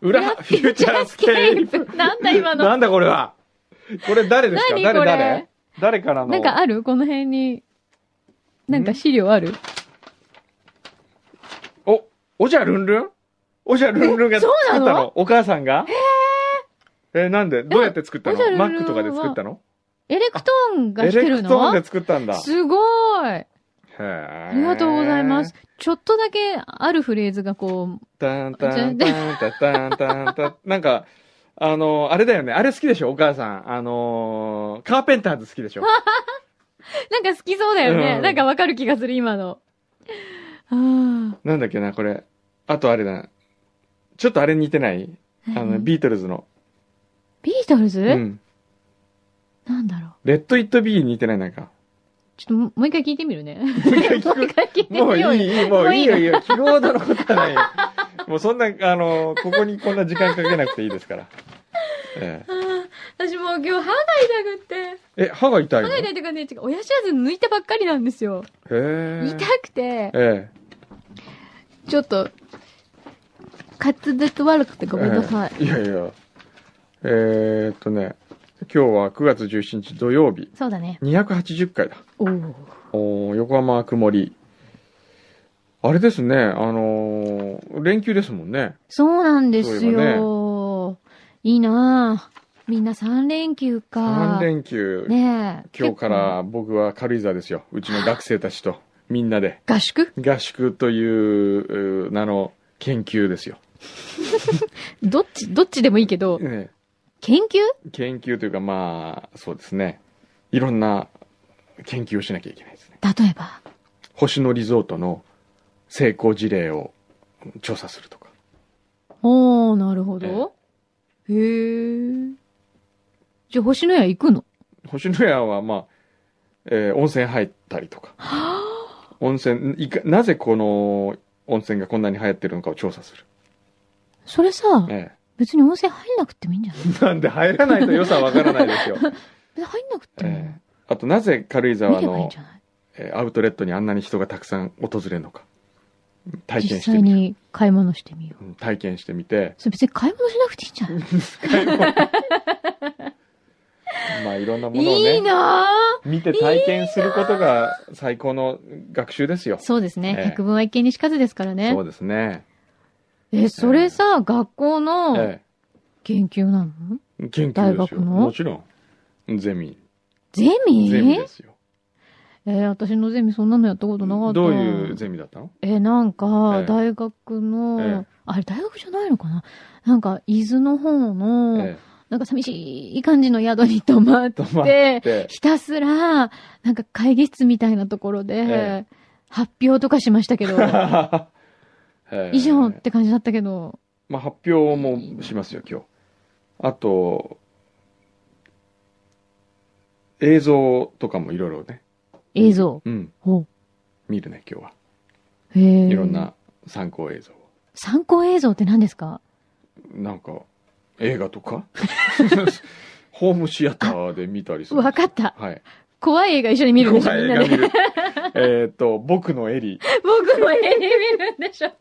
フューチャースケープ。なんだ今の。なんだこれは。これ誰ですか何誰これ誰誰からの。なんかあるこの辺に。なんか資料あるお、おじゃるんるんおじゃるんるんがえそ作うっなたののお母さんがえー、なんでどうやって作ったおじゃのるマるんックとはかで作ったのエレクトーンがエ来てレるクトーンので作ったんだ。すごい。へあありがとうございます。。ちょっとだけあるフレーズがこう、タンタンタンタタンタンタン。なんか、あの、あれだよね。あれ好きでしょお母さん。あのー、カーペンターズ好きでしょなんか好きそうだよね。うんなんかわかる気がする今の。ああ。なんだっけな、これ。あとあれだ。ちょっとあれ似てないあの、何ビートルズの。ビートルズ、うん。なんだろう。レッド・イット・ビーに似てないなんか。ちょっとももう一回聞いてみるね。もう一回聞くう一回聞いてみよもうういよ。い、いい、ももうういいいいよ、のいいよ。気労だのことはないよ。もうそんな、あの、ここにこんな時間かけなくていいですから。えああ私もう今日歯が痛くって。え、え歯が痛い歯のがへ痛いというかね、違う親知らず抜いたばっかりなんですよ。え。痛くて、えちょっと、滑舌悪くてえ。ごめんなさい。ええいやいや。えー、っとね、今日は9月17日土曜日、そうだね。 280回だ。おお。おー横浜は曇り。あれですね、あのー連休ですもんね。そうなんですそういえよ。いいなあみんな3連休か。 3連休、ねえ。今日から僕は軽井沢ですよ。うちの学生たちとみんなで。結構。合宿合宿というう名の研究ですよ、どっち、どっちでもいいけど、ね研究研究というかまあそうですねいろんな研究をしなきゃいけないですね例えば。星野リゾートの成功事例を調査するとかおー、なるほど。へえ。じゃあ、星のや行くの星野屋はまあ、えー温泉入ったりとか温泉いかなぜこの温泉がこんなに流行ってるのかを調査する、それさ、え別に温泉入んなくてもいいんじゃないえなんで入らないと良さはわからないですよ、別に入んなくても。ええあとなぜ軽井沢見ればいいんのじゃないえーアウトレットにあんなに人がたくさん訪れるのか体実験して際みてに買い物してみよう。うん体験してみてそれ別に買い物しなくていいんじゃない まあいろんなものをいいねなぁ見て体験することが最高の学習ですよそうですね。ええ百聞は一見にしかずですからねそ。うですね、え、それさ、学校のえ研究なのえ、研大究ですよ学のもちろんゼミゼゼミミですよ、えー私のゼミそんなのやったことなかった。どういうゼミだったのえーなんえかえ、大学の、ええあれ大学じゃないのかななんか、伊豆の方の、えなんか寂しい感じの宿に泊まっ、泊まって えひたすら、なんか会議室みたいなところで、え発表とかしましたけ ど、ええ以上って感じだったけど、まあ、発表もしますよ今日あと映像とかもいろいろね映像。うんほ見るね今日はう。へえ。いろん。な参考映像を参考映像って何ですかなんか映画と かホームシアターで見たりするわかった。はい怖い映画一緒に見るんでしょ、怖いみん映画な見で。るえっと僕のエリ 僕も映画見るんでしょ。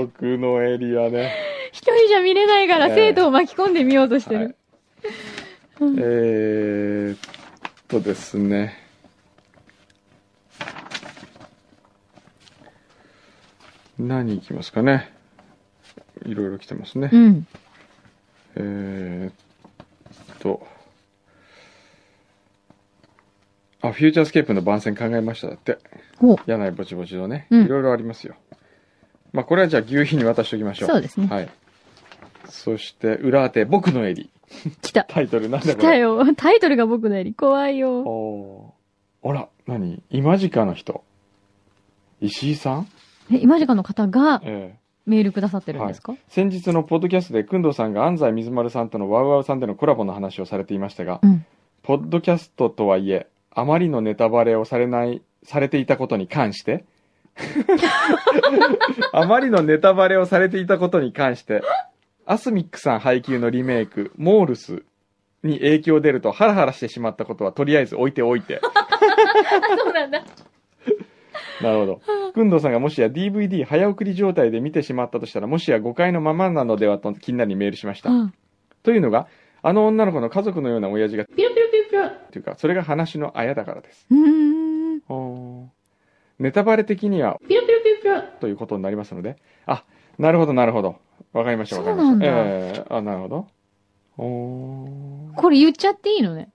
僕のエリはね、 一人じゃ見れないから、ええ生徒を巻き込んでみようとしてはいる。、えー、っとですね何いきますかねいろいろ来てますね、うん。えーっと。あ、フューチャースケープの番宣考えましただって。ほう。柳井ぼちぼちのね。うんいろいろありますよ。まあ、これはじゃあ、牛皮に渡しておきましょう。そうですねはい。そして、裏当て、僕の襟。来た。タイトルなんだ来これ。たよ。タイトルが僕のより怖いよ。おーあら、何今近の人。石井さんえ、今時間の方がええメールくださってるんですか、先日のポッドキャストで、工藤さんが安西水丸さんとのワウワウさんでのコラボの話をされていましたが、うん。ポッドキャストとはいえ、あまりのネタバレをされない、されていたことに関 して、あまりのネタバレをされていたことに関して、アスミックさん配給のリメイク、モールスに影響出るとハラハラしてしまったことはとりあえず置いておいて、そうなんだ。なるほど。くんどうさんがもしや DVD 早送り状態で見てしまったとしたら、もしや誤解のままなのではと気になりメールしました。うん。というのが、あの女の子の家族のような親父が、ピロピロピロピロ。というか、それが話のあやだからです。うーん。ネタバレ的には、ピロピロピロピロ。ということになりますので、あ、なるほど、なるほど。わかりました、わかりました。そうなんだええあ、なるほど。おこれ言っちゃっていいのね。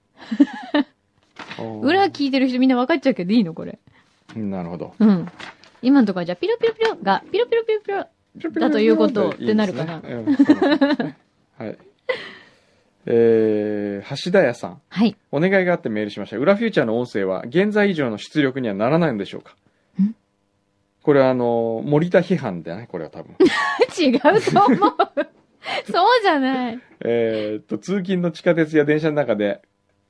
ーおー裏聞いてる人みんな分かっちゃうけどいいのこれ。なるほど。うん。今のところじゃあ、ピロピロピロが、ピロピロピロピロ。だということってなるかなでいいですねうんそうですねはい。えー、橋田屋さん。はい。お願いがあってメールしました。裏フューチャーの音声は現在以上の出力にはならないのでしょうかんこれはあの、森田批判だね、これは多 分。違うと 思う。そうじゃない。えーっと、通勤の地下鉄や電車の中で、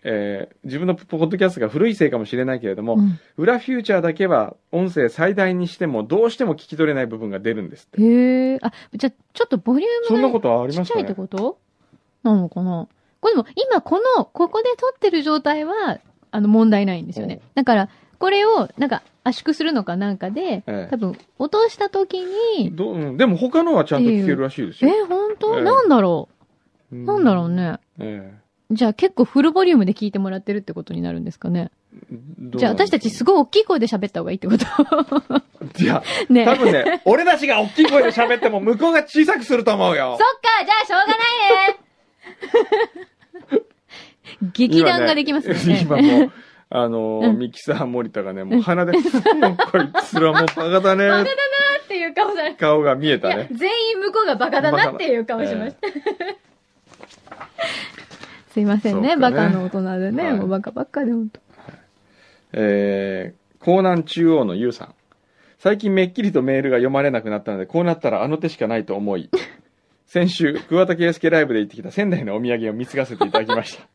えー自分のポッドキャストが古いせいかもしれないけれども、うん裏フューチャーだけは音声最大にしてもどうしても聞き取れない部分が出るんですって。へえ。あ、じゃあ、ちょっとボリューそんなムこがとはありちっますちゃかいってねことなのかなこれでも、今この、ここで撮ってる状態は、あの、問題ないんですよね。だから、これを、なんか、圧縮するのかなんかで、ええ多分、落とした時に、どううんでも他のはちゃんと聞けるらしいですえよ。、本当、ええなんだろううんなんだろう。ね。えじゃあ結構フルボリュームで聞いてもらってるってことになるんですかね。えじゃあ私たちすごごい大きい声で喋った方がいいってこと いや、ね。多分 ね、俺たちが大きい声で喋っても向こうが小さくすると思うそっよか。じゃあしょうがないね劇団ができますね。今もう、あのーうんミキサー森田がね、もう鼻で、 もうこいつらもうバカだね、っていう顔され顔が見えたいやね。全員向こうがバカだなっていう顔しました。すいませんねそうかバねカの大人でね。はいもうバカばっかで、ほんと。えー、江南中央のゆうさん。最近めっきりとメールが読まれなくなったので、こうなったらあの手しかないと思 い、先週、桑田佳祐ライブで行ってきた仙台のお土産を貢がせていただきました。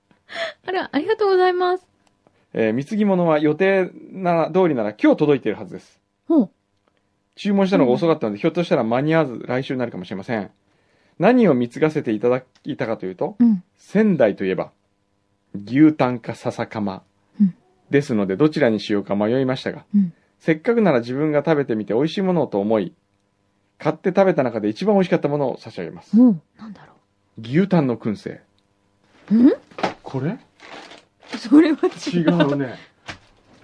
あら、ありがとうございます。えー、貢ぎ物は予定な通りなら今日届いているはずです。ほう。注文したのが遅かったので、ひょっとしたら間に合わず来週になるかもしれません。何を貢がせていただいたかというと、うん。仙台といえば、牛タンか笹かまうんですので、どちらにしようか迷いましたが、うんせっかくなら自分が食べてみて美味しいものをと思い、買って食べた中で一番美味しかったものを差し上げます。ほう。なんだろ牛タンの燻製。んこれう。それは違違う。うね。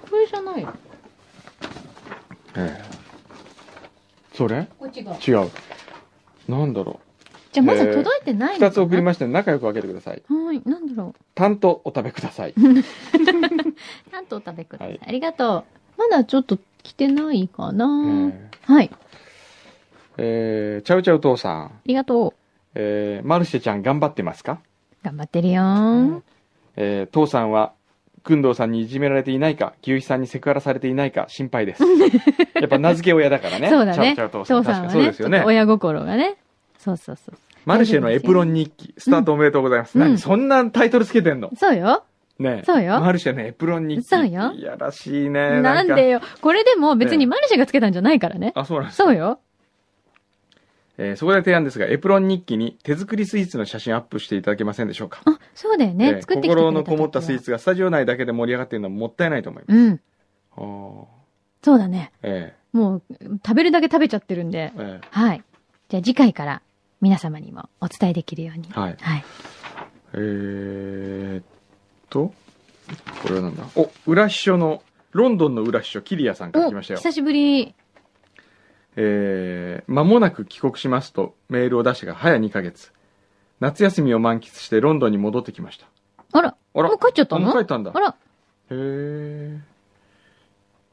これじゃないよ。ええそれこっちが。違う。なんだろじゃあまず届いてなう。い二つ送りす。ましたので仲良く分けてください。はい、なんだろう。タンとお食べください。ちゃんとお食べください。はいありがとう。まだちょっと来てないかな、えはい。あーえー、ちゃうちゃう父さん、りがとう。えーマルシェちゃん頑張ってますか、頑張ってるよー、えー父さんは、くんどうさんにいじめられていないか、牛肥さんにセクハラされていないか心 配です。やっぱ名付け親だからね。そうだねちゃうちゃう父さ父ん。さん確かはね、そうですよちょっとね。親心がね。そうそうそう。マルシェのエプロン日記、スタートおめでとうございます。うん何そんなタイトルつけてんのそうよ。ねえそうよマルシェのエプロン日記。そうよいやらしいね。ななんんかでよ。これでも別ねにマルシェがつけたんじゃないからね。あ、そうなんですかそうよ。えーそこで提案ですが、エプロン日記に手作りスイーツの写真アップしていただけませんでしょうかあ、そうだよね。えー作ってきてくれた時は心のこもったスイー。ツがスタジオ内だけで盛り上がっているのはもったいないと思います。うん。あーそうだね。えもう、食べるだけ食べちゃってるんでえ。えはい。じゃあ次回から皆様にもお伝えできるように。えはい。はい。えー、っと、これはなんだお、裏秘書の、ロンドンの裏秘書、キリアさんからお、来ましたよ。久しぶり。えー、間もなく帰国しますとメールを出してから早2ヶ月。夏休みを満喫してロンドンに戻ってきました。あら、あらもう帰っちゃったもう帰のったんだあ。ら、へえ。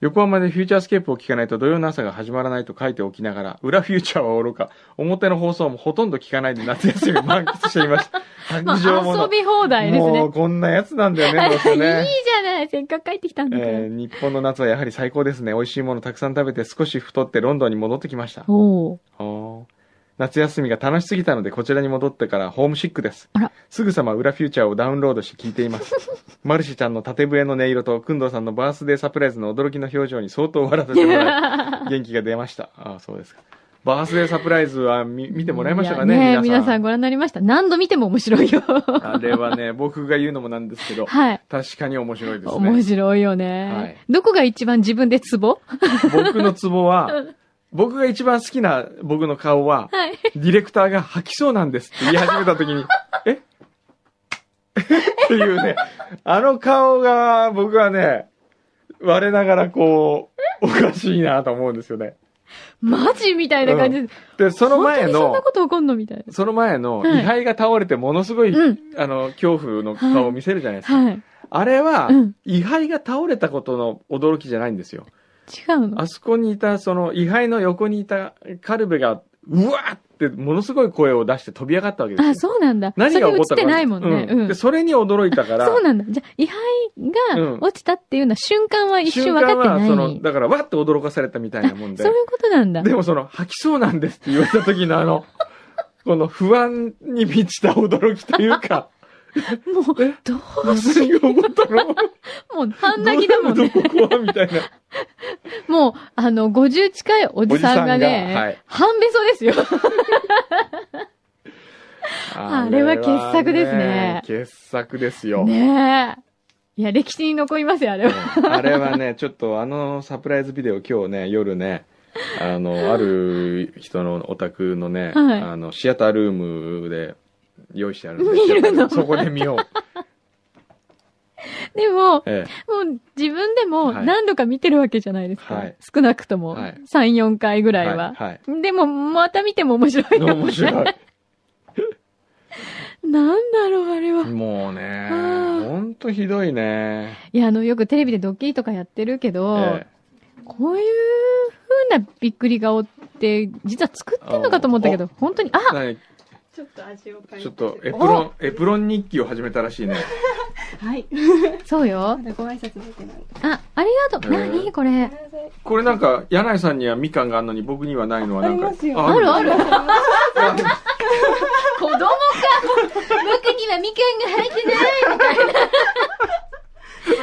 横浜でフューチャースケープを聞かないと土曜の朝が始まらないと書いておきながら、裏フューチャーはおろか、表の放送もほとんど聞かないで夏休みを満喫していました。 ま誕生もあ、の遊。び放題ですもねう。こんなやつなんだよ ね、どういせいじね。ゃない。せっかく帰ってきたんだから。えー日本の夏はやはり最高ですね。美味しいものたくさん食べて少し太ってロンドンに戻ってきました。おーおー夏休みが楽しすぎたのでこちらに戻ってからホームシックですあらすぐさま裏フューチャーをダウンロードして聞いていますマルシェちゃんの縦笛の音色と工藤さんのバースデーサプライズの驚きの表情に相当笑ってもらい元気が出ましたああそうですかバースデーサプライズは見見てもらいましたかねいや皆皆ささんん。ご覧になりました。何度見ても面白いよ。 あれはね、僕が言うのもなんですけど、はい。確かに面白いです面ね。白いよね、はいどこが一番自分でツボ 僕のツボは、僕が一番好きな僕の顔は、はい。ディレクターが吐きそうなんですって言い始めた 時に、えっていうね、あの顔が僕はね、我ながらこう、おかしいなと思うんですよね。マジみたいな感じで、で、その前本当にそんなの、こと起こんのみたいその前の、はい位牌が倒れてものすごい、な。うん。あの、恐怖の顔を見せるじゃないですか。はい。あれはうん、位牌が倒れたことの驚きじゃないんですよ。違うの。あそこにいた、その、位牌の横にいたカルベが、うわーってものすごい声を出して飛び上がったわけですよあ、そうなんだ。何が起こったかそれ映ってないもんね。ううんん。でそれに驚いたから そうなんだ。じゃあ、位牌うんが落ちたっていうのは瞬間は一瞬瞬分間かってな。はいそのだからわっと驚かされたみたいなもんでそういうことなんだ。でもその吐きそうなんですって言われた時のあの この不安に満ちた驚きという かもう、えどうし何が起こったのもう、半 泣きだもん ね。どういうことここはみたいなもう、あの、50近いおじさおじさんがんがはねい、半べそですよ。 あれは傑作ですねあれは傑作ですよ、ねえ。いや、歴史に残りますよ、あれは。あれはね、ちょっとあのサプライズビデオ今日ね、夜ね、あの、ある人のお宅のね、はいあの、シアタールームで用意してあるんで見るのそこで見よう。でも、えもう自分でもはい何度か見てるわけじゃないですか。はい少なくとも、はい3、4回ぐえらいは。はい。でも、また見ても面白いよ、ね。面白い。 なんだろう、あれは。もうね、あーほんとひどいね。いや、あの、よくテレビでドッキリとかやってるけど、ええこういう風なびっくり顔って、実は作ってんのかと思ったけど、本当に、あ何ちょっと味を変えちてょっとエプロン、エプロン日記を始めたらしいね。はい。そうよま。だご挨拶出てない。あ、ありがとう。えなえにこ れ。これなんか、柳井さんにはみかんがあんのに僕にはないのはなんか。ありますよあるある。子供か。ある僕 にはみかんが入ってない。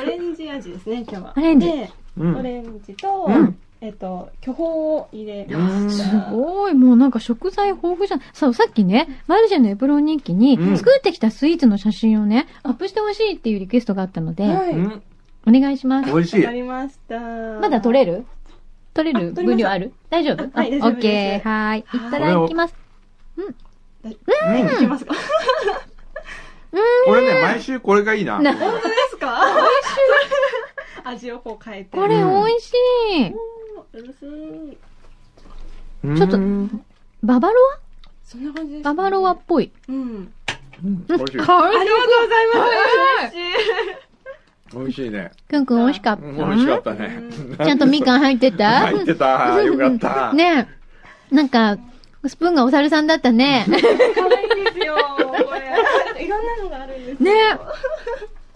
オレンジ味ですね、今日は。オレンジでうんオレンジと、うんえっと、巨峰を入れましすた。ごい、もうなんか食材豊富じゃん。そう、さっきね、マルシェのエプロン日記にうん、作ってきたスイーツの写真をね、アップしてほしいっていうリクエストがあったので、はうい。わんお願いします。美味しいか。りました。ままだ取れれる取れるあ取れました分量ある大丈夫あはい大丈夫オッケでー。すはーい。いはいただきます。うんいきますか。これね、毎週これがいいな。な本当ですか美味しい。 味をこう変えて。これ美味しい。うるすい。ちちょっとババロそんな感じです、アババロアっ。ぽい。うん。美味しい。かわありがとうございます。美味しい。美味しいね。くんくん美味しかった。美味しかったね。ちゃんとみかん入ってた入ってた。よかった。 ねえ。なんか、スプーンがお猿さんだったね。可愛いですよ。こ れ。いろんなのがあるんです。ねえ。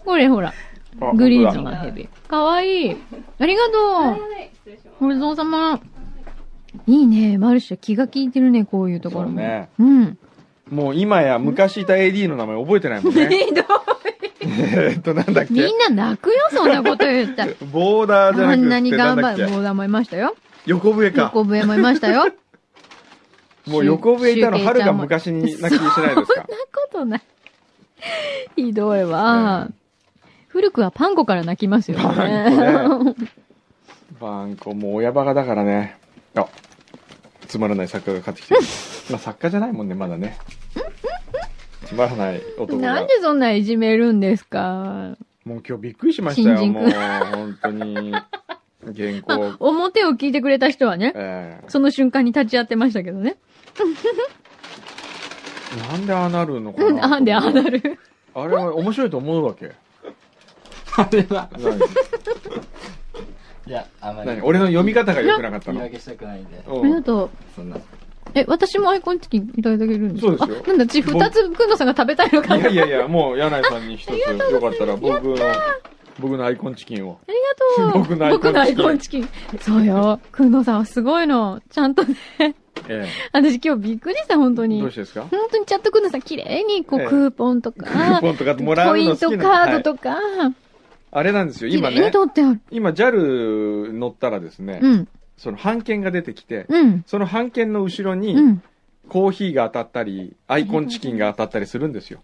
これほら、あグリーン本当だのヘビ。かわいい。ありがとう。はい、失礼します。ごちそうさま。いいね。マルシェ気が利いてるね、こういうところそうも。ね うん。もう今や昔いた AD の名前覚えてないもんね。えーっと、なんだっみけんな泣くよ、そんなこと言ったら。 ボーダーじゃなあくて、んなに頑張るなんだっボーダーもいましたよ。け横笛か。横笛もいましたよ。 もう横笛いたの春が昔にな気にしないです か。そんなことない。ひどいわ。古くはパンコから泣きますよパンね。バンコ、もう親バカだからね。あ、つまらない作家が買ってきてる。まあ作家じゃないもんね、まだね。つまらない男が。 なんでそんないじめるんですかもう今日びっくりしましたよ、新人もう。本当に。原稿。表を聞いてくれた人はね、ええその瞬間に立ち会ってましたけどね。なんでああなるのかな。 なんでああなる。あれは面白いと思うわけ。あれは。いや、あんまり何俺の読み方が良くなかった言いの。訳したくないんで、あうりんがとう。そんな。え、私もアイコンチキンいただけるんですかそうですよあなんだ、うち二つ、くんのさんが食べたいのいかな。やあいりがやいや、もう柳井さんに一つ、よかったら僕の、僕のアイコンチキンを。とう。僕のアイコンチキン僕のアイコンチキン。そうよ。くんのさんはすごいの。ちゃんとね、え私今日びっくりした、本当え。に。どうしてですか本当にチャットくんのさん、綺麗にこう、ええクーポンとクーか、ポンとかもらうポイの好ンきなトカードとか、あれなんですよ、綺今麗にね、取ってある。今 JAL 乗ったらですね、うん。その版権が出てきて、うん。その版権の後ろうにん。コーヒーが当たったり、アイコンチキンが当たったりするん ですよ。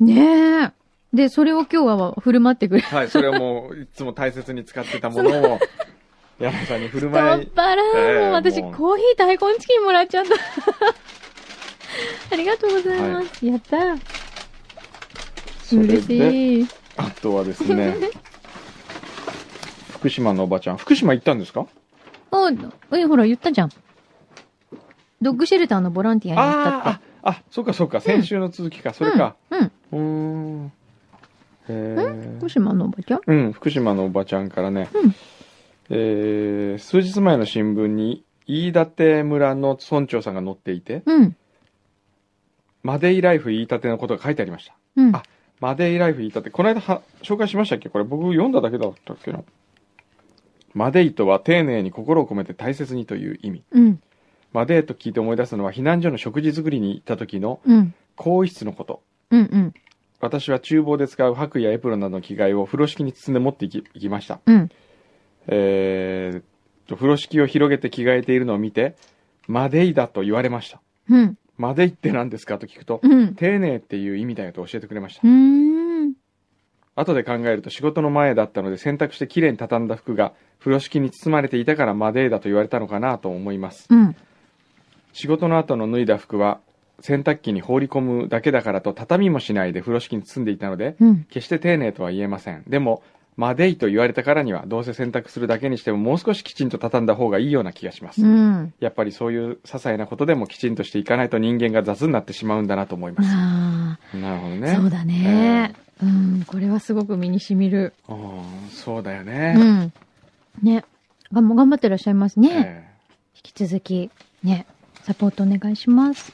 ねえ。で、それを今日は振る舞ってくれ。はい、それをもういつも大切に使ってたものを、山田さんに振る太舞っい、腹、ええもう私、もうコーヒー大根チキンもらっちゃった。ありがとうございます。やったー。それ嬉で、しい。あとはですね、福島のおばちゃん、福島行ったんですか お、え、ほら、言ったじゃん。ドッグシェルターのボランティアに行ったって。あーあ、あ、そっかそっか、先週の続きか、それか。うん。うん。うーん。へー福島のおばちゃんうん、福島のおばちゃんからね、うんえー数日前の新聞に、飯舘村の村長さんが載っていて、うん。マデイライフ飯舘のことが書いてありました。うん。あマデイライフ飯舘、この間は紹介しましたっけこれ僕読んだだけだったっけな。マデイとは丁寧に心を込めて大切にという意味。うん。マデイと聞いて思い出すのは避難所の食事作りに行った時のうん。更衣室のこと。うん。うん。私は厨房で使う白衣やエプロンなどの着替えを風呂敷に包んで持っていき行きました。うん。えーっと、風呂敷を広げて着替えているのを見て、マデイだと言われました。うん。マデイって何ですかと聞くと、うん。丁寧っていう意味だよと教えてくれましたう。ーん。後で考えると仕事の前だったので洗濯してきれいに畳んだ服が風呂敷に包まれていたからマデイだと言われたのかなと思います。うん。仕事の後の脱いだ服は洗濯機に放り込むだけだからと畳もしないで風呂敷に包んでいたので、うん。決して丁寧とは言えません。でも、マデイと言われたからには、どうせ洗濯するだけにしても、もう少しきちんと畳んだ方がいいような気がします。うん。やっぱりそういう些細なことでもきちんとしていかないと人間が雑になってしまうんだなと思います。あなるほどあ、ね。そうだね。うん。これはすごく身に染みる。うんそうだようね。ん。ね。がんも頑張ってらっしゃいますね。ええ引き続き、ね。サポートお願いします。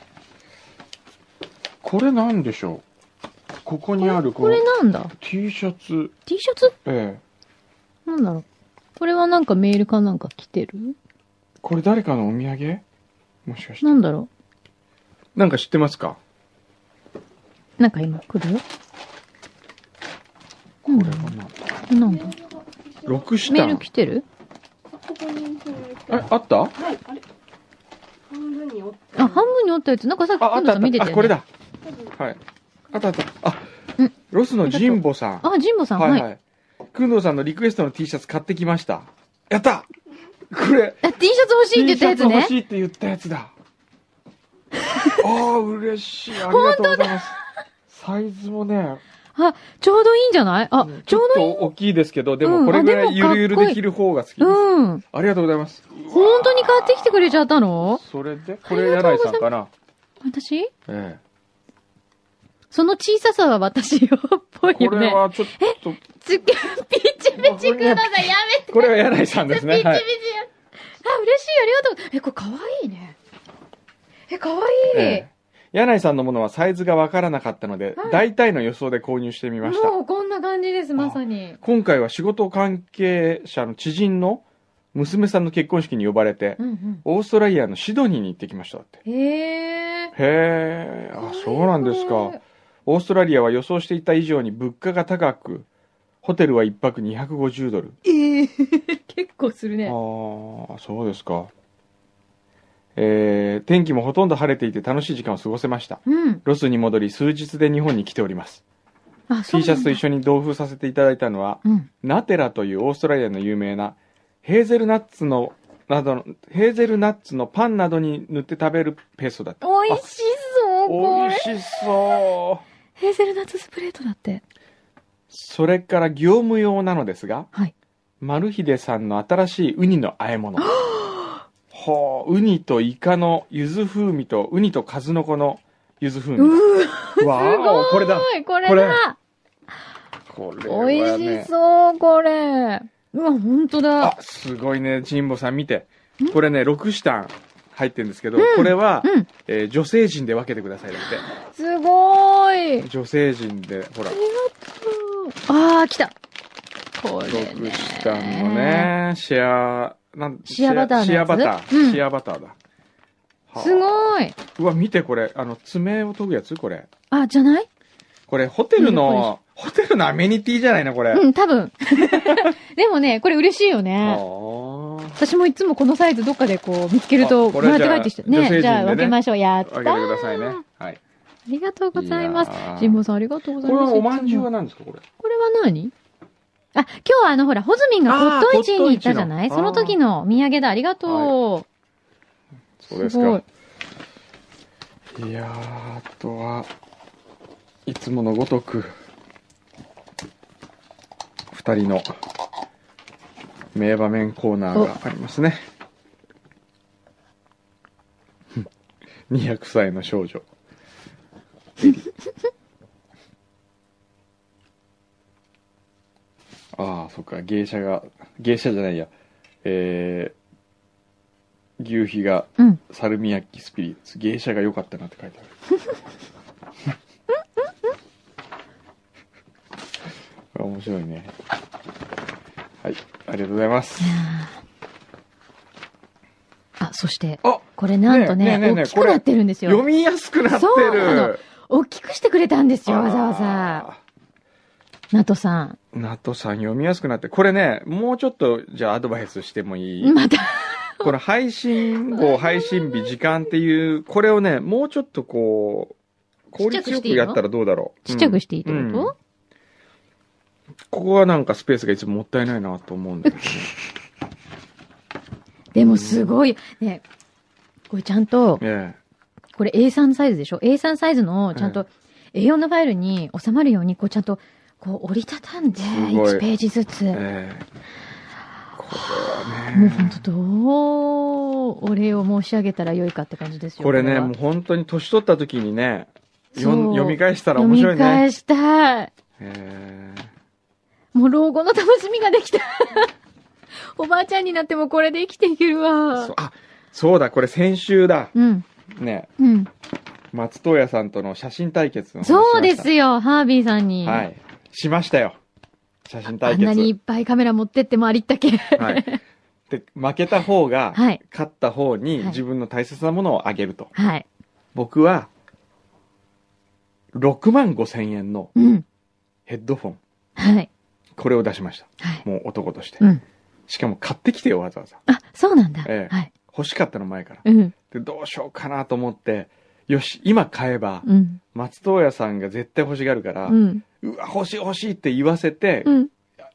これなんでしょうここにあるここのれなんだ T シャツ。 ?T シャツええなんだろう。これはなんかメールかなんか来てるこれ誰かのお土産もしかして。なんだろなんか知ってますかう。なんか今来るよ。これはうんな。なんだ六メー下ル。来てるここにそのあれ、あったはい、あれ。半分に折って。あ、半分に折ったやつ。なんかさっきあ、あ今った度あさっん見てた。たあ、よこね。れだ。多分はい。あったあった。あうん、ロスのジンボさん。あ、ジンボさん。はいははい。い。くんどうさんのリクエストの T シャツ買ってきました。やったこれ、あ、T シャツ欲しい T ってシ言ったやャツつ欲ね。しいって言ったやつ だ。ああ、嬉しい。ありがとうございます。サイズもね、ちょうどいいんじゃないあ、ちょうどいい。い大きいですけど、でうんもこれぐらあいでゆもかっこいいるゆるで着る方が好きです。うん。ありがとうございます。本当に買ってきてくれちゃったのそれで、これ柳井さんかな。私えその小ささは私よっぽえ。いこよれね。はちょっと、つけ、ピチピチください。やめて。これは柳井さんですピチね。ピチや。はあい。、嬉しい。ありがとう。え、これ可愛いね。え、可愛いええ。柳井さんのものはサイズがわからなかったので、はい大体の予想で購入してみました。もうこんな感じです、まさに。今回は仕事関係者の知人の娘さんの結婚式に呼ばれて、うんオーストラリアのシドニーに行ってきましたって。うん。へえ。へえ、あ、そうなんですか。。オーストラリアは予想していた以上に物価が高く、ホテルは1泊250ドル。ええ。 結構するね。ああ、そうですか。えー、天気もほとんど晴れていて楽しい時間を過ごせました。うん。ロスに戻り数日で日本に来ております。あ、そう T シャツと一緒。緒に同封させていただいたのは、うん。ナテラというオーストラリアの有名なヘーゼルナッツのなどのヘーゼルナッツのパンなどに塗って食べるペーストだった美味しそう、こ美れ。味しそうヘーゼルナッツスプレートだって。それから業務用なのですが、はいマルヒデさんの新しいウニの和え物ほうウニとイカの柚子風味とウニと数の子の柚子風味うーわすごーおいこれだこれこだこれは美ね味しそう、これ。うわ、ほんとだあ。すごいね神保さん見てんこれね6シタン入ってるんですけど、これは、うん。えー女性陣で分けてくださいだっすごーい。て女性陣でほらありがとう。あー、来た。これね。 6したの。ねシェアなんシェアバターのやつシェアバター、うんシェアバターだはあすごい。うわ見てこれあの爪を研ぐやつこれあ、じゃないこれホテル見るのホテ ルのアメニティじゃないのこれ、うん、多分。でもね、これ嬉しいよね。は私もいつもこのサイズどっかでこう見つけるとあこもれらっじゃて帰あってきて。ね女性陣でねじゃあ分けましょう。やっあたげてくーださいね。はい。ありがとうございますいや。ージンボさんありがとうごこざいれます。はおまんじゅうはいつも何ですか、これ。これは何あ、今日はあのほら、ホズミンが骨董市に行ったじゃなあーいその時のお土産だ。ありがとう。そうですすごいか。。いやー、あとは、いつものごとく、二人の名場面コーナーがありますね。200歳の少女。 エリああ、そっか、芸者が、芸者じゃないや、えー、牛皮がうん。サルミヤッキスピリッツ芸者が良かったなって書いてあるこれ面白いねはいありがとうございますいやーあ、そして、あこれなんとねえねえね、ねえねえ大きくなってるんです読よ。みやすくなってそうなる大きくしてくれたんですよ、わざわざ。ナトさん。ナトさん読みやすくなってこれねもうちょっとじゃあアドバイスしてもいいまた、この配信後配信日時間っていうこれをねもうちょっとこう効率よくやったらどうだろうちっちゃくてしていいってこと、うんここはなんかスペースがいつももったいないなと思うんだけどね。でもすごい、ね、これちゃんと、 えこれ A3 サイズでしょ ?A3 サイズの、ちゃんうと A4 のファイルに収まるように、こうちゃんと、こう折りたたんで、すごい1ページずつ。えええこれはもうね本。当どう、お礼を申し上げたらよいかって感じですよ。これね、はもう本当に年取った時にね、よんそう読み返したら読面み白いね。返したい。えもう老後の楽しみができた。 おばあちゃんになってもこれで生きていけるえわそう。あ、そうだ、これ先週だ。うん、ね、うん。松任谷さんとの写真対決の話しましたそうですよ、ハービーさんに。はい。しましたよ。写真あ対ん決。なにいっぱいカメラ持ってってもありったけ。はい。で、負けた方が、はい勝った方にはい自分の大切なものをあげると。はい。僕は、6万5千円のうん。ヘッドフォン、はい。これを出しました。はい。もう男として。うん。しかも買ってきてよ、わざわざ。あ、そうなんだ。ええはい。欲しかったの前から。うん。で、どうしようかなと思って、よし、今買えば、うん。松任谷さんが絶対欲しがるから、う。うんわ、欲しい欲しいって言わせて、うん。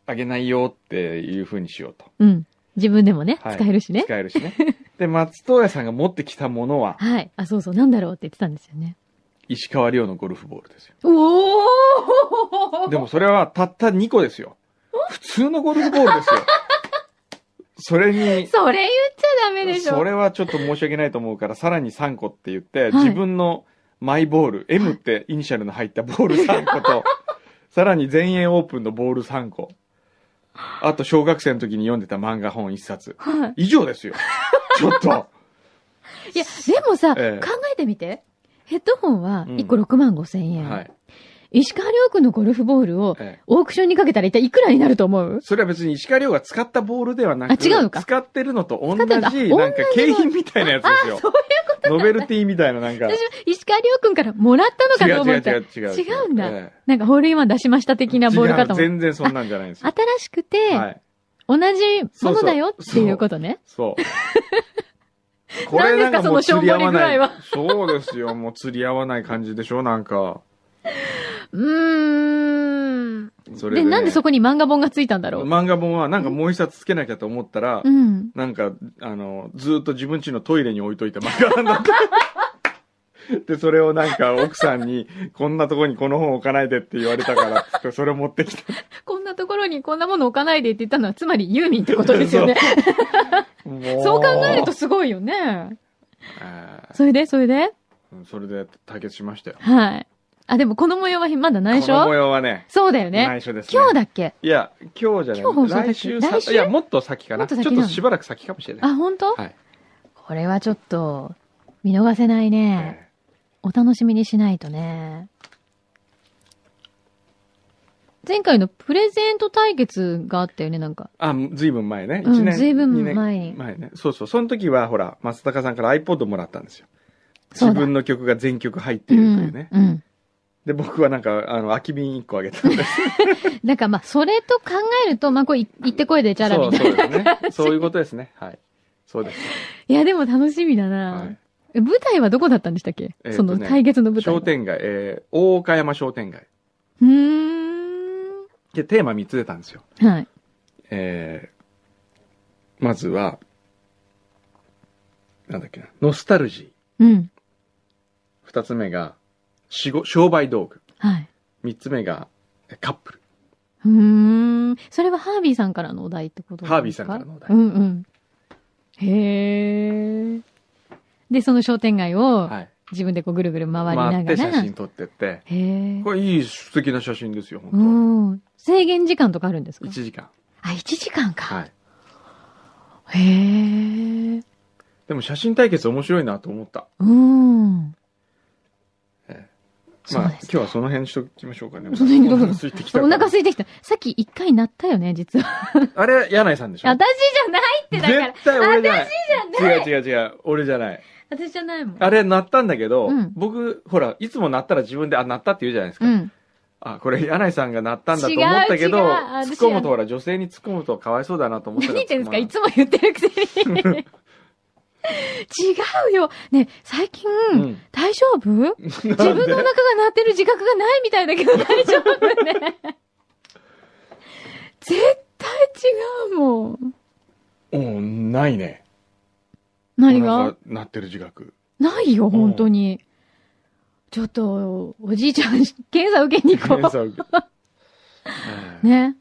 あげないよっていう風にしようと。うん。自分でもね、はい使えるしね。使えるしね。で、松任谷さんが持ってきたものは、はい。あ、そうそう、なんだろうって言ってたんですよね。石川遼のゴルフボールですよ。お おでもそれはたった2個ですよ。普通のゴルフボールですよ。それに、それ言っちゃダメでしょ。それはちょっと申し訳ないと思うから、さらに3個って言って、い自分のマイボール、M ってイニシャルの入ったボール3個と、 さらに全英オープンのボール3個。あと、小学生の時に読んでた漫画本1冊。はい。以上ですよ。ちょっと。いや、でもさ、ええ考えてみて。ヘッドホンは1個6万5千円。はい。石川遼君のゴルフボールをええオークションにかけたら一体いくらになると思うそれは別に石川遼が使ったボールではなく、あ違うのか使ってるのと同使ってるのあじ、なんか同じ景品みたいなやつですよ。ノベルティみたいななんか。私は石川遼君からもらったのかと思った。違う違う違う違う違うんだええなんかホールインワン出しました的なボールかと違う思う。全然そんなんじゃないんですよ新。しくて、はい。同じものだよっていうことね。そう。 これなんかもう何ですかそのしょ釣り合んぼりわ具な合いは。そうですよ。もう釣り合わない感じでしょなんか。うーん。それで、なんでそここに漫画本がついたんだろう漫画本はなんかもう一冊つけなきゃと思ったら、うん。なんか、あの、ずっと自分家のトイレに置いといた漫画なんだった。で、それをなんか奥さんに、こんなとこにこの本置かないでって言われたから、つってそれを持ってきた。こんなところにこんなもの置かないでって言ったのは、つまりユーミンってことですよね。もうそう考えると、すごいよね。えーそれで、それでそれで対決しましたよ。はい。あ、でもこの模様はまだ内この模緒様はね、そうだよね。内緒です、ね。今日だっけいや、今日じゃ今日放送だなっい。け来週さ来週いや、もっと先かもな。っとちょっ先なのとしばらく先かもしれない。あ、本当？はい。これはちょっと、見逃せないね。えお楽しみにしないとね。前回のプレゼント対決があったよね、なんか。ーあ、ずいぶん前ね。うん一年。ずいぶん二年前に前ね。そうそう。その時は、ほら、松高さんから iPod もらったんですよ。そう自だ分の曲が全曲入っているというね。うん。うんで、僕はなんか、あの、空き瓶1個あげたんです。なんかまあ、それと考えると、まあ、こうい、行ってこいで チャラそみう、たいな。そうです ね。そういうことですね。はい。そうです。いや、でも楽しみだは、ないえ舞台はどこだったんでしたっけ、えーとねその対決の舞台は。商店街、えー、大岡山商店街。うーん。で、テーマ3つ出たんですよ。はい。えー、まずは、なんだっけな、ノスタルジうん。ー。2つ目が、仕事、商売道具。はい。 3つ目が、えカップル。うーん。それはハービーさんからのお題ってことですかハービーさんからのお題うんうん。へえ。で、その商店街をはい。自分でこうぐるぐる回りな回っがてら。写真撮ってって、へえ。これいい素敵な写真ですよ、う本ん。制限時間とかあるんです当か1時間。あ、1時間か。はい。へえ。でも写真対決面白いなと思った。うん。えそまうあ、で今す日はその辺にしときましょうかね。その辺にどうぞ空いてきたおから腹空いてきた。さっき一回鳴ったよね、実 は。あれ、柳井さんでしょ私じゃないってだから。絶対俺じゃない。私じ違ゃない。う違う違う。俺じゃない。私じゃないもん。あれ、鳴ったんだけど、うん僕、ほら、いつも鳴ったら自分で、あ、鳴ったって言うじゃないですか。うん。あ、これ、柳井さんが鳴ったんだと思ったけど、違う違突うあっ私込むと、ほら、女性に突っ込むとかわいそうだなと思った何ら言ってんですかい突っつも言ってるくせ に。込まない違うよ。ね、最近、うん大丈 夫自自分のお腹が鳴ってる自覚がないみたいだけど大丈夫 ね。絶対違うもん。うん、ないね。何がなんか鳴ってる自覚。ないよ、本当に。ちょっと、おじいちゃん、検査受けに行検こ査を受けう。ね。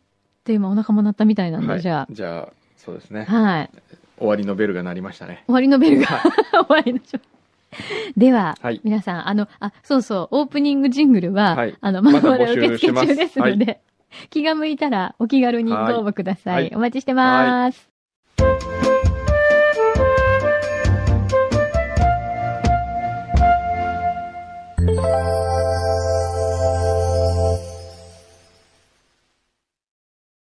で、今お腹も鳴ったみたいなんで、はいじゃじゃあ、そうですねあ。。はい。終わりのベルが鳴りましたね。終わりのベルが 終わりのしょでは、はい皆さん、あの、あ、そうそう、オープニングジングルは、はいあの、まだままだだ募集受して付ます中です ので、気が向いたらお気軽にご応募ください。はいお待ちしてます。